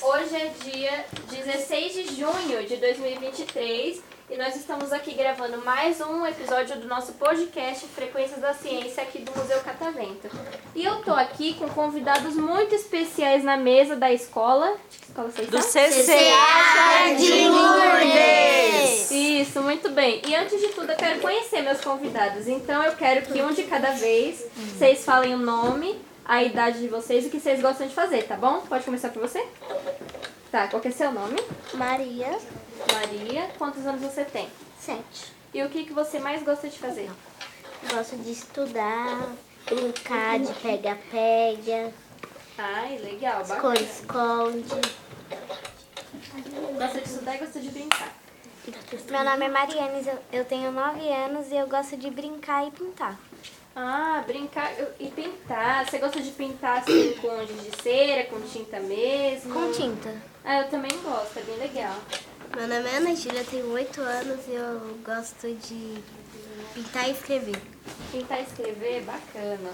Hoje é dia 16 de junho de 2023 e nós estamos aqui gravando mais um episódio do nosso podcast Frequências da Ciência aqui do Museu Catavento. E eu tô aqui com convidados muito especiais na mesa da escola. De que escola vocês Tá? estão? Do CCA de Lourdes! Isso, muito bem. E antes de tudo, eu quero conhecer meus convidados. Então, eu quero que um de cada vez vocês falem o nome, a idade de vocês e o que vocês gostam de fazer, tá bom? Pode começar por você? Tá, qual que é seu nome? Maria, Maria. Quantos anos você tem? 7. E o que, que você mais gosta de fazer? Gosto de estudar, brincar de pega-pega, Ai, legal, bacana. esconde-esconde. Gosta de estudar e gosta de brincar. Meu nome é Marianes, eu, eu tenho 9 anos e eu gosto de brincar e pintar. Ah, brincar e pintar. Você gosta de pintar assim com giz de cera, com tinta mesmo? Com tinta. Ah, eu também gosto, é bem legal. Meu nome é Ana Júlia, tenho 8 anos e eu gosto de pintar e escrever. Pintar e tá escrever, bacana.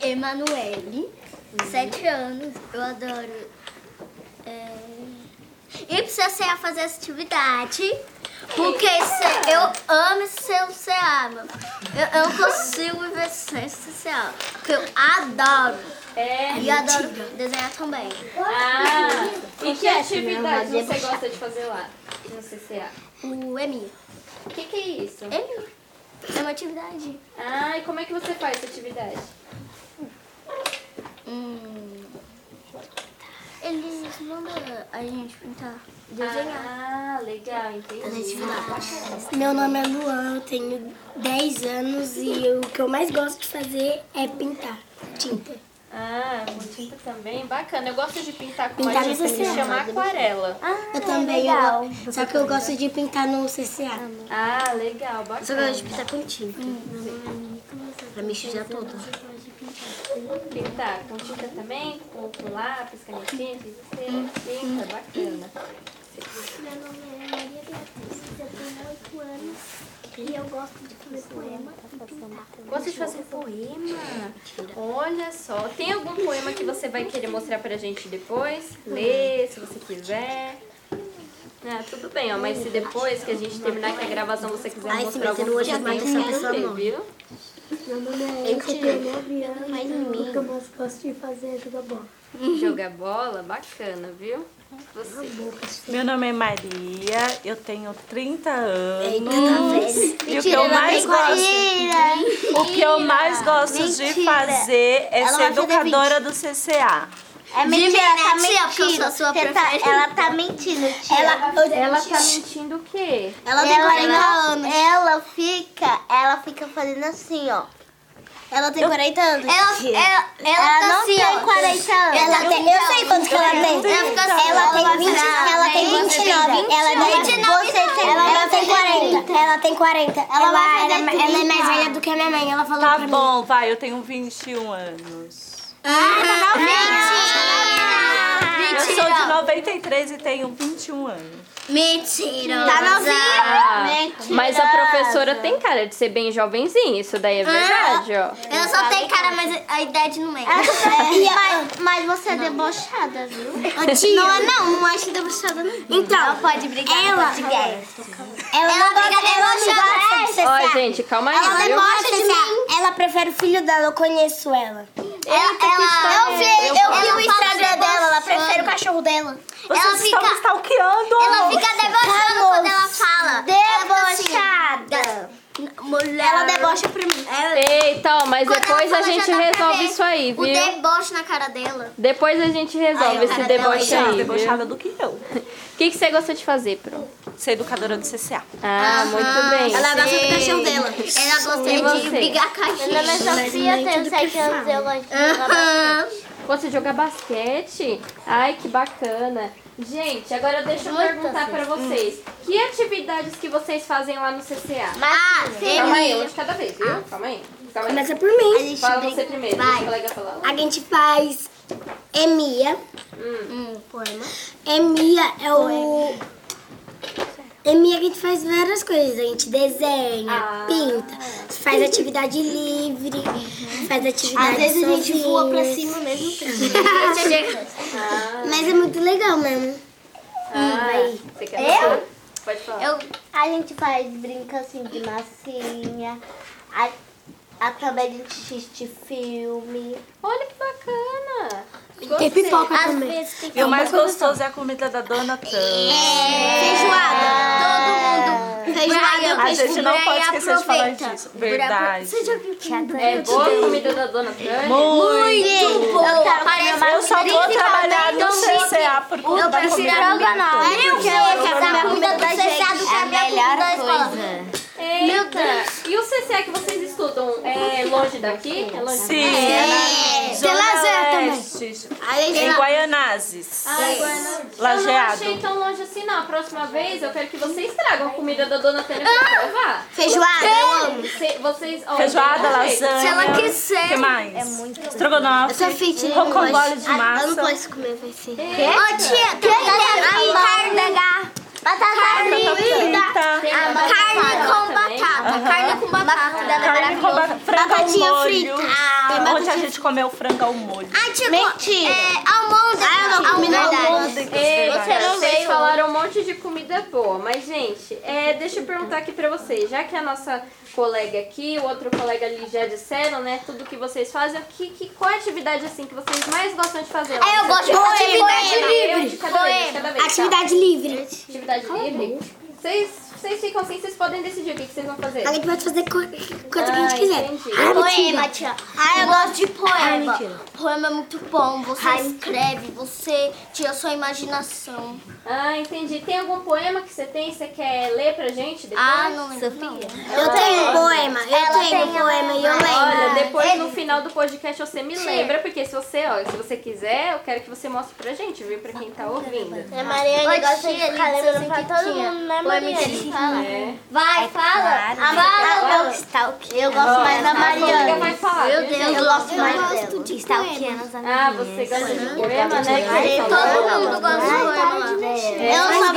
Emanuele, 7 anos, eu adoro. é, E precisa ser a fazer atividade. Porque se- eu amo esse seu CA, meu. Eu, eu consigo viver sem esse CA. Porque eu adoro. É, E eu adoro desenhar também. Ah, e que atividade você gosta de fazer lá no CCA? O EMI. O que, que é isso? EMI. É uma atividade. Ah, e como é que você faz essa atividade? Eles mandam a gente pintar. Ah, legal, entendi. Meu nome é Luan, eu tenho 10 anos e o que eu mais gosto de fazer é pintar tinta. Ah, com tinta também, bacana. Eu gosto de pintar com uma Pintar no tinta que CCA. chama aquarela. Ah, eu também, eu go- só que eu gosto de pintar no CCA. Ah, legal, bacana. pintar com tinta. tá Pra me sujar toda. Pintar com tinta também, com, com lápis, canetinha, giz de cera, tinta, bacana. Meu nome é Maria Beatriz, eu tenho 8 anos e eu gosto de fazer poema e pintar. Gosta de fazer poema? Olha só, tem algum poema que você vai querer mostrar pra gente depois? Ler, se você quiser. Ah, tudo bem, ó, mas se depois que a gente terminar aqui a gravação você quiser Ai, se mostrar meter algum no olho poema, de mata, eu essa quero pessoa ver, morre. viu? Meu nome é Elsa, eu tenho 9 anos e o que eu mais gosto de fazer é jogar bola. Jogar bola, bacana, viu? Você. Meu nome é Maria, eu tenho 30 anos. Hum, E o que eu mais gosto, o que eu mais gosto de Mentira. fazer é Ela ser vai fazer educadora do CCA. É mentira, ela tá mentindo. Você tá- ela tá mentindo, tia. Ela, Ela tá mentindo o quê? tem 40 anos. Ela fica, ela fica fazendo assim, ó. Ela tem 40 anos. Ela, ela, ela, não tem 40 anos. assim, Ela tem, eu sei quanto que ela tem. Ela fica assim, Ela tem vai 20, virar, ela tem né? 29. Ela tem 29 você tem, ela tem 40. Ela tem 40. Ela, vai fazer ela, ela, é mais 30. velha do que a minha mãe. Ela falou Tá pra mim. bom, vai, eu tenho 21 anos. tá Eu sou de 93 e tenho 21 anos. Mentira. Tá novinha. Ah, mas a professora tem cara de ser bem jovenzinha, isso Ah. daí é verdade, ó. Ela só tem cara, mas a idade não é. mas, mas você é debochada, viu? Não é não, não acho debochada não. Então, ela pode brigar ela, no podcast. Ela, ela briga debochada. Ó, gente, calma aí, Ela viu? gosta de mim. Ela prefere o filho dela, eu conheço ela. Ela, ela, eu vi, eu vi o Instagram dela, ela prefere o cachorro dela. Vocês Ela estão fica- me stalkeando! Ela fica debochada quando ela fala. assim, Debochada. Mulher. Ela debocha pra mim. Eita, ó, mas Quando depois ela a fala, gente já dá pra resolve ver isso aí, O viu? deboche na cara dela. Depois a gente resolve Aí, ó, esse cara dela deboche aí, ó, aí, mais viu? debochada do que eu. O que, que você gosta de fazer, Pro? Ser educadora do CCA. Ah, muito bem. gosta do cachorro dela. Ela E gosta você? de brigar com a gente. Meu nome é Sofia, tenho 7 anos, eu gosto de Gosta de jogar basquete? Ai, que bacana. Gente, agora deixa eu perguntar pra vocês. Que atividades que vocês fazem lá no CCA? Ah, Calma aí, sim. um de cada vez, viu? Calma aí. Calma aí. Começa por mim. Fala você primeiro, deixa o colega falar. Ah, A gente faz Hum, um Emia. Emia é o. Em mim a gente faz várias coisas. A gente desenha, Ah. pinta, faz atividade livre, faz atividade Uhum. Às vezes a gente sozinho. voa pra cima mesmo. Mas é muito legal mesmo. Ah, você quer Eu? falar? Pode falar. Eu, a gente faz brinca assim de massinha. A, a, também a gente assiste filme. Olha que bacana. Tem pipoca Às também. vezes tem E o mais gostoso é a comida da dona Tam. Feijoada. Todo mundo. Feijoada. A gente não é pode esquecer de falar disso. Verdade. É boa a comida da dona Tânia? Muito! Eu quero comer Eu só vou trabalhar no CCA por conta da comida. não. Eu quero comer comida da gente. É a melhor coisa. Eita. E o CCA que vocês estudam é longe daqui? É longe Sim, daqui? é na Zona também. Leste, em Guaianazes. Ah, Ai, Guaraná. Eu não Lajeado. achei tão longe assim, não. A próxima vez eu quero que vocês tragam comida da dona Tânia pra levar. Feijoada. Eu amo. Cê- Vocês, ó, Feijoada, eu não achei. lasanha. Se ela quiser. que mais? É muito Estrogonofe. sou fitness, Rocambole mas- de Ah, eu massa. Eu não posso comer, vai ser. Ô tia, tem Tá carne Batata Ah, Frita. Tem batata Carne com também? batata. Carne com batata. Carne com ba- frango é ao Batatinha molho. frita. Ah, tem Onde a gente comeu frango ao molho. Ah, tipo, Mentira. é almôndega. Ah, não, Almôndegas, Ei, verdade. vocês falaram um monte de comida boa, mas gente, é, deixa eu perguntar aqui pra vocês, já que a nossa colega aqui, o outro colega ali já disseram, né, tudo que vocês fazem, o que, que, qual a atividade assim que vocês mais gostam de fazer? Ah, Eu gosto de Poema, atividade poema, livre. de cada vez, de cada vez, tá? Atividade livre. Atividade livre? Vocês, vocês ficam assim, vocês podem decidir o que, que vocês vão fazer. A gente pode fazer co- quanto que a Ah, gente quiser. entendi. Ah, mentira. Poema, tia. Ah, eu gosto de poema. poema é muito bom. Você escreve, você tira sua imaginação. Ah, entendi. Tem algum poema que você tem, você quer ler pra gente depois? Ah, não lembro. Sofia. Eu um tenho poema, eu Ela tenho tem a- poema e Olha, eu lembro. É. depois no final do podcast você me lembra, porque se você, ó, se você quiser, eu quero que você mostre pra gente, viu? Pra quem tá ouvindo. É Mariane gosta de ficar lembrando pra todo mundo, né, Mariane? É. Vai, fala. Fala. Eu gosto mais Mariana da Mariane. vai falar. viu, gente? Eu gosto mais dela. De stalkeando. Ah, você gosta de poema, né? que você falou? Todo mundo gosta de poema. Eu só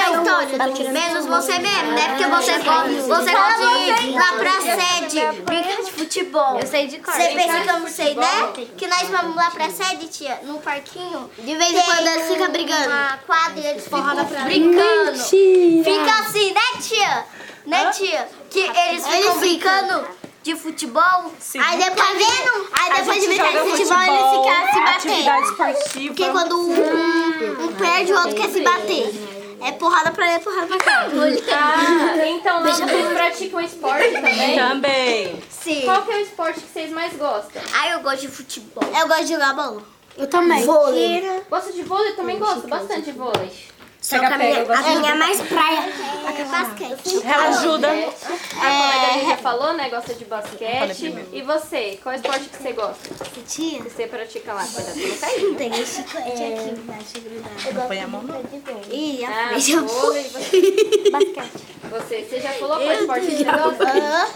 menos eu. Menos você mesmo, né? Porque você gosta você gosta de ir lá pra sede. Brincar de futebol. Eu sei de cor. Você pensa que eu não sei, né? Que nós vamos lá pra sede, tia, num parquinho. De vez em quando eles ficam brigando. Uma quadra e eles ficam brincando. Fica assim, né, tia? Né, tia? Que eles ficam brincando de futebol. Sim. Aí depois, tá vendo? Aí A depois de gente brincar joga de futebol, eles ficam se batendo. Atividade esportiva. Porque quando um, um perde, o outro quer se bater. É porrada pra lá, é porrada pra cá. Ah, então lá vocês praticam esporte também? Também. Sim. Qual que é o esporte que vocês mais gostam? Aí eu gosto de futebol. Eu gosto de jogar bola. Eu também. Vôlei. Gosto de vôlei? Também gosto bastante de vôlei. Só que a minha, É. a minha mais praia. é Basquete. Ajuda. É. A colega ali já falou, né? Gosta de basquete. E você? Qual esporte que você gosta? Tia, Que você pratica lá? Cuidado pra não cair. tem esse chicote É. aqui embaixo grudado. Põe a mão não. Ih, a Ah, vôlei. Você, você, você já falou qual esporte que você gosta?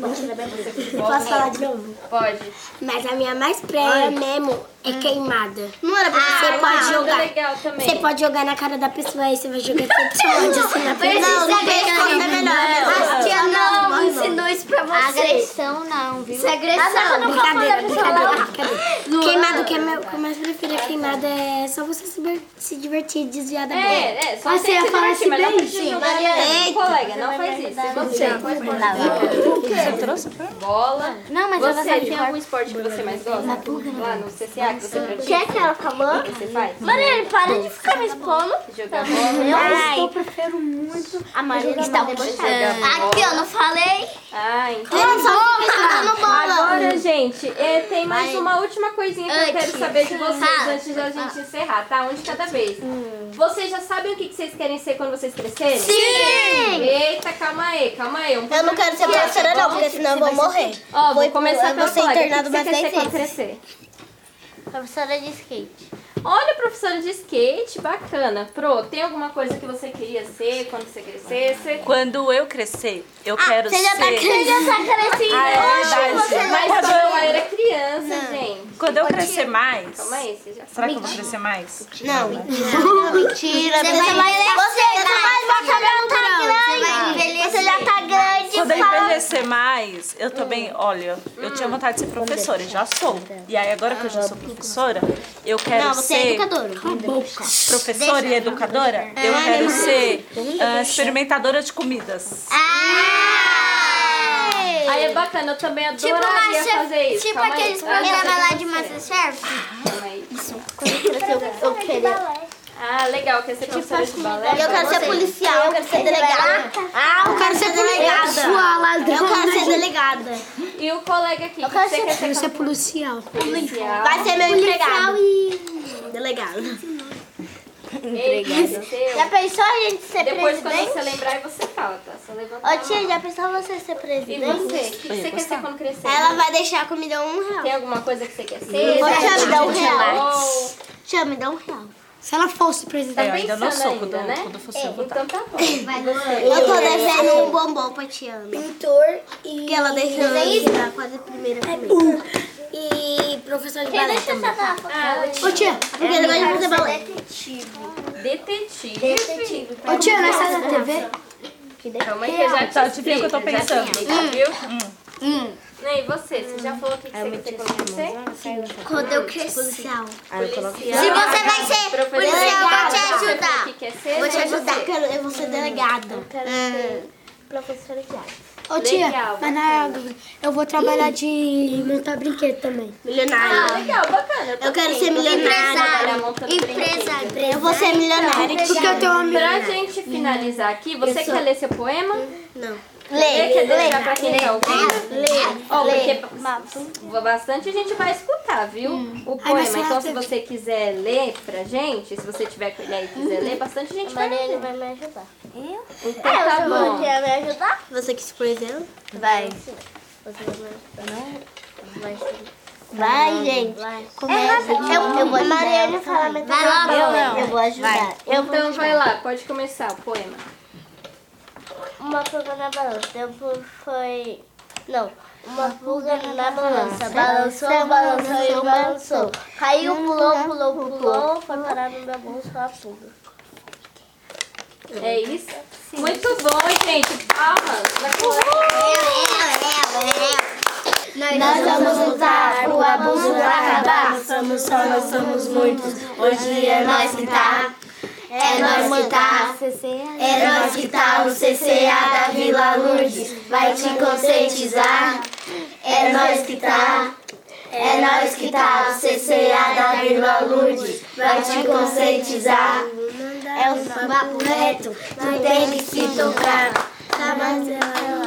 Posso falar de novo? Pode. Mas a minha mais praia mesmo é queimada. Ah, Não era pra Você ser pode Nada jogar. legal também. Você pode jogar na cara da pessoa aí você vai jogar tanto ódio assim na pessoa. Não, não pega é melhor. A tia não, me ensinou isso pra você. Agressão não, viu? Isso é agressão. Brincadeira, brincadeira, brincadeira. Queimada, o que é meu- o que eu mais prefiro é queimada é só você se, ver- se divertir e desviar da bola. É, é, só Mas você ia se falar divertir, assim mas não bem, precisa jogar com o né? colega, não faz isso. E Você, qual esporte você gosta? Você trouxe? pra mim? Bola. Não, mas ela Você sabe tem algum esporte que você mais gosta? Lá no CCA que você que pratica, é que ela falou? que você faz? Mariane, para de ficar me expondo. Jogar bola. Eu prefiro muito a Mariana está Aqui eu não falei. Ah, então. Eu só tá fiquei jogando bola. Agora, gente, é, tem mais uma última coisinha que eu quero Antes. saber de vocês Fala. Hum. antes da gente encerrar, tá? Um de cada vez. Vocês já sabem o que que vocês querem ser quando vocês crescerem? Sim! Eita, calma aí, calma aí. Um Eu não quero ser professora não, porque senão eu vou morrer. Ó, vou Foi- começar eu pela vou ser colega. O que internado você quer mais ser dez quando vezes. crescer? Professora de skate. Olha, professora de skate, bacana. Pro, tem alguma coisa que você queria ser quando você crescesse? Quando eu crescer, eu quero Você já tá ser... crescendo. já tá crescendo. Ah, é verdade. Mas Mas quando quando eu eu- era criança, gente. Quando eu crescer mais... Calma aí, você já Será que eu vou crescer mais? Mentira, você vai, você vai tá mais, eu também, olha, eu tinha vontade de ser professora, e já sou. E aí agora que eu já sou professora, eu quero Não, você é ser educadora. professora e educadora. Eu quero ser ah, experimentadora de comidas. Ah! Aí é bacana, eu também Tipo, adoraria fazer Master, isso. tipo Calma aí. aqueles Ah, não, programas lá não, de não, Masterchef. calma aí. Eu queria. Ah, legal, quer ser professora de balé? Tipo assim, Eu quero ser policial, eu quero ser delegada. Ah, eu quero ser delegada. Eu quero ser delegada. E o colega aqui, Eu quero você quer Quero ser ser policial. policial? Vai ser meu empregado. Delegado. Ei, quer ser- Já pensou a gente ser Depois, quando presidente? você lembrar, você fala, tá? Só levanta a Ô mão. tia, já pensou você ser E presidente? você? O que você quer ser quando crescer? Ela vai deixar a comida um real. Tem alguma coisa que você quer ser? Vou te dar um real. Tia, me dá um real. Se ela fosse presidente. eu É, ainda não sou, pensando quando, ainda, né? quando fosse eu votar. Então tá bom. Eu tô devendo um bombom pra Tiana. Pintor Que ela deixou eu tirar quase a primeira comida. e professor de balé. deixa essa garrafa? Ô tia, Porque ele vai fazer balé. Detetive. filho. ô tia, nós sai da TV? Calma aí que eu já te Tá, adivinha o que eu tô explico, já te pensando? explico, viu? Né, E você? Você já falou o que que você quer ser quando crescer? Quando eu crescer. Policial. Policial. Se você vai ser Professora. policial, eu vou te Você falou ajudar. que quer ser, Vou te né? ajudar. Ah. Você. eu vou ser delegada. Ô tia, Legal, mas na- eu vou trabalhar de montar brinquedo também. Ah, Milionária. legal, bacana. Eu quero também. ser milionária. Trabalhar montando brinquedo. Empresária. Eu vou ser milionária. Porque eu tenho uma amiga. Pra gente finalizar aqui, você quer ler seu poema? Não. Lê, quer deixar pra quem tá ouvindo? Ó, Ah, Lê. porque ba- bastante a gente vai escutar, viu? O poema. mas será então, que- se você quiser ler pra gente, se você tiver com ele aí e quiser ler, bastante gente vai ler. vai me ajudar. É, Então, tá bom. quer me ajudar? Você que se presenta? Vai. Você vai me ajudar? Vai, gente. Começa. Eu, eu vou ajudar. Mariana fala metade. Vai lá, eu, eu vou ajudar. Então, vai lá, pode começar o poema. Uma pulga na balança. Depois foi. Não. Uma pulga na balança. Balançou, balançou e balançou. Caiu, pulou, pulou, pulou. Foi parar no meu bolso a pulga. É isso? Muito bom, gente. Palmas. Vai colar. Nós vamos lutar, o abuso então, vai acabar. Somos só, nós somos muitos. Hoje É nós que tá. É nós que tá. É nós que tá. O CCA da Vila Lourdes vai te conscientizar. É nós que tá. É nós que tá. O CCA da Vila Lourdes vai te conscientizar. um É o samba reto, tu tem que se tocar. Tá mais